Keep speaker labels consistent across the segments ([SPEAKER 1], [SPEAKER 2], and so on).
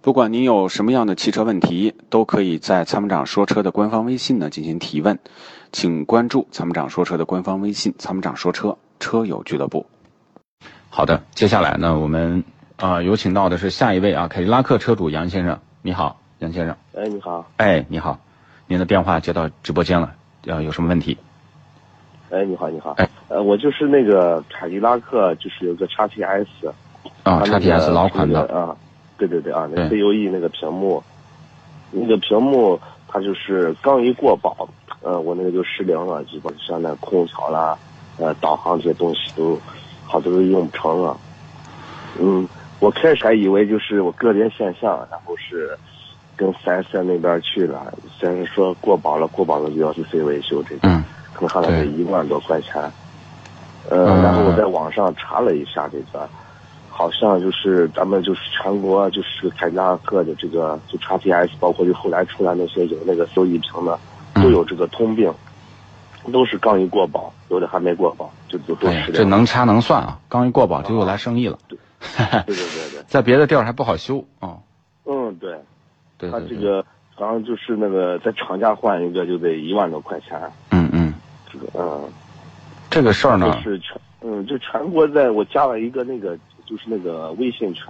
[SPEAKER 1] 不管您有什么样的汽车问题，都可以在参谋长说车的官方微信呢进行提问，请关注参谋长说车的官方微信“参谋长说车车友俱乐部”。好的，接下来呢，我们啊、有请到的是下一位啊，凯迪拉克车主杨先生，你好，杨先生，
[SPEAKER 2] 哎，你好，
[SPEAKER 1] 哎，你好，您的电话接到直播间了，呃，有什么问题？
[SPEAKER 2] 哎，你好，你好，
[SPEAKER 1] 哎，
[SPEAKER 2] 呃，我就是那个凯迪拉克，就是有个 x T S，
[SPEAKER 1] 啊、
[SPEAKER 2] 它
[SPEAKER 1] 叉
[SPEAKER 2] 嗯那
[SPEAKER 1] T
[SPEAKER 2] 个
[SPEAKER 1] S 老款的，
[SPEAKER 2] 那个啊，对对对啊，那
[SPEAKER 1] 对
[SPEAKER 2] C U E 那个屏幕，那个屏幕它就是刚一过保，呃，我那个就失灵了，基本上那空调啦，呃，导航这些东西都好多都用不成了。嗯，我开始还以为就是我个别现象，然后是跟4 S 店那边去了，虽然说过保了，过保了就要去 C 维修这个。
[SPEAKER 1] 嗯，
[SPEAKER 2] 可能还得
[SPEAKER 1] 对
[SPEAKER 2] 一万多块钱。呃，
[SPEAKER 1] 嗯
[SPEAKER 2] 然后我在网上查了一下这个，好像就是咱们就是全国就是凯迪拉克的这个就 x T S，包括就后来出来那些有那个 C 一屏的，
[SPEAKER 1] 嗯
[SPEAKER 2] 都有这个通病，都是刚一过保，有的还没过保，就就都
[SPEAKER 1] 哎呀
[SPEAKER 2] 是，
[SPEAKER 1] 这能掐能算啊，刚一过保就又来生意了，
[SPEAKER 2] 对对 对对，
[SPEAKER 1] 在别的地儿还不好修啊、哦
[SPEAKER 2] 嗯对，
[SPEAKER 1] 对
[SPEAKER 2] 他
[SPEAKER 1] 对
[SPEAKER 2] 这
[SPEAKER 1] 对，
[SPEAKER 2] 个好像就是那个在厂家换一个就得一万多块钱，
[SPEAKER 1] 嗯嗯，
[SPEAKER 2] 这个嗯。
[SPEAKER 1] 这个事儿呢，
[SPEAKER 2] 就是全，嗯，就全国在我加了一个那个，就是那个微信群，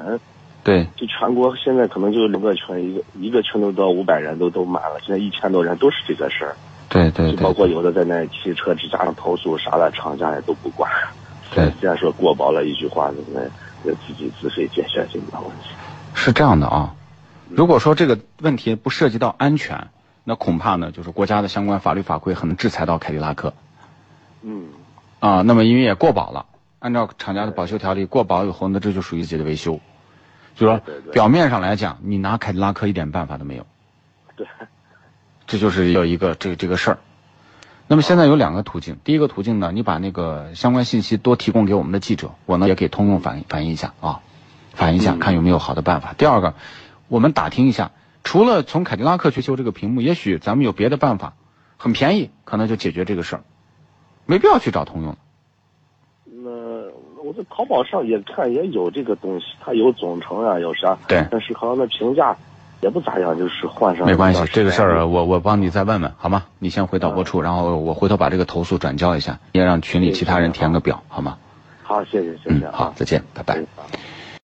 [SPEAKER 1] 对
[SPEAKER 2] 就全国现在可能就两个群，一个一个群都到五百人都都满了，现在一千多人都是这个事儿，
[SPEAKER 1] 对对
[SPEAKER 2] 就包
[SPEAKER 1] 对，
[SPEAKER 2] 括有的在那汽车之家上投诉啥的，厂家也都不管。
[SPEAKER 1] 对
[SPEAKER 2] 虽然说过保了一句话，就是那自己自费解决这个问题。
[SPEAKER 1] 是这样的啊。
[SPEAKER 2] 嗯
[SPEAKER 1] 如果说这个问题不涉及到安全，那恐怕呢就是国家的相关法律法规很难制裁到凯迪拉克
[SPEAKER 2] 嗯，
[SPEAKER 1] 啊。那么因为也过保了，按照厂家的保修条例，过保以后那这就属于自己的维修。就说
[SPEAKER 2] 对对对
[SPEAKER 1] 表面上来讲，你拿凯迪拉克一点办法都没有。
[SPEAKER 2] 对，
[SPEAKER 1] 这就是要一个这个这个事儿。那么现在有两个途径，第一个途径呢，你把那个相关信息多提供给我们的记者，我呢也给通用反映反映一下啊，反映一下
[SPEAKER 2] 嗯
[SPEAKER 1] 看有没有好的办法。第二个，我们打听一下，除了从凯迪拉克去修这个屏幕，也许咱们有别的办法，很便宜，可能就解决这个事儿，没必要去找通用了。
[SPEAKER 2] 那我在淘宝上也看也有这个东西，它有总成啊，有啥？
[SPEAKER 1] 对
[SPEAKER 2] 但是好像那评价也不咋样，就是换上
[SPEAKER 1] 没关系
[SPEAKER 2] 一段，时
[SPEAKER 1] 这个事
[SPEAKER 2] 间
[SPEAKER 1] 儿我啊我帮你再问问好吗？你先回导播嗯处，然后我回头把这个投诉转交一下，也让群里其他人填个表好吗？
[SPEAKER 2] 好，谢谢，谢
[SPEAKER 1] 嗯
[SPEAKER 2] 谢，啊，
[SPEAKER 1] 好，再见，拜拜。
[SPEAKER 2] 嗯好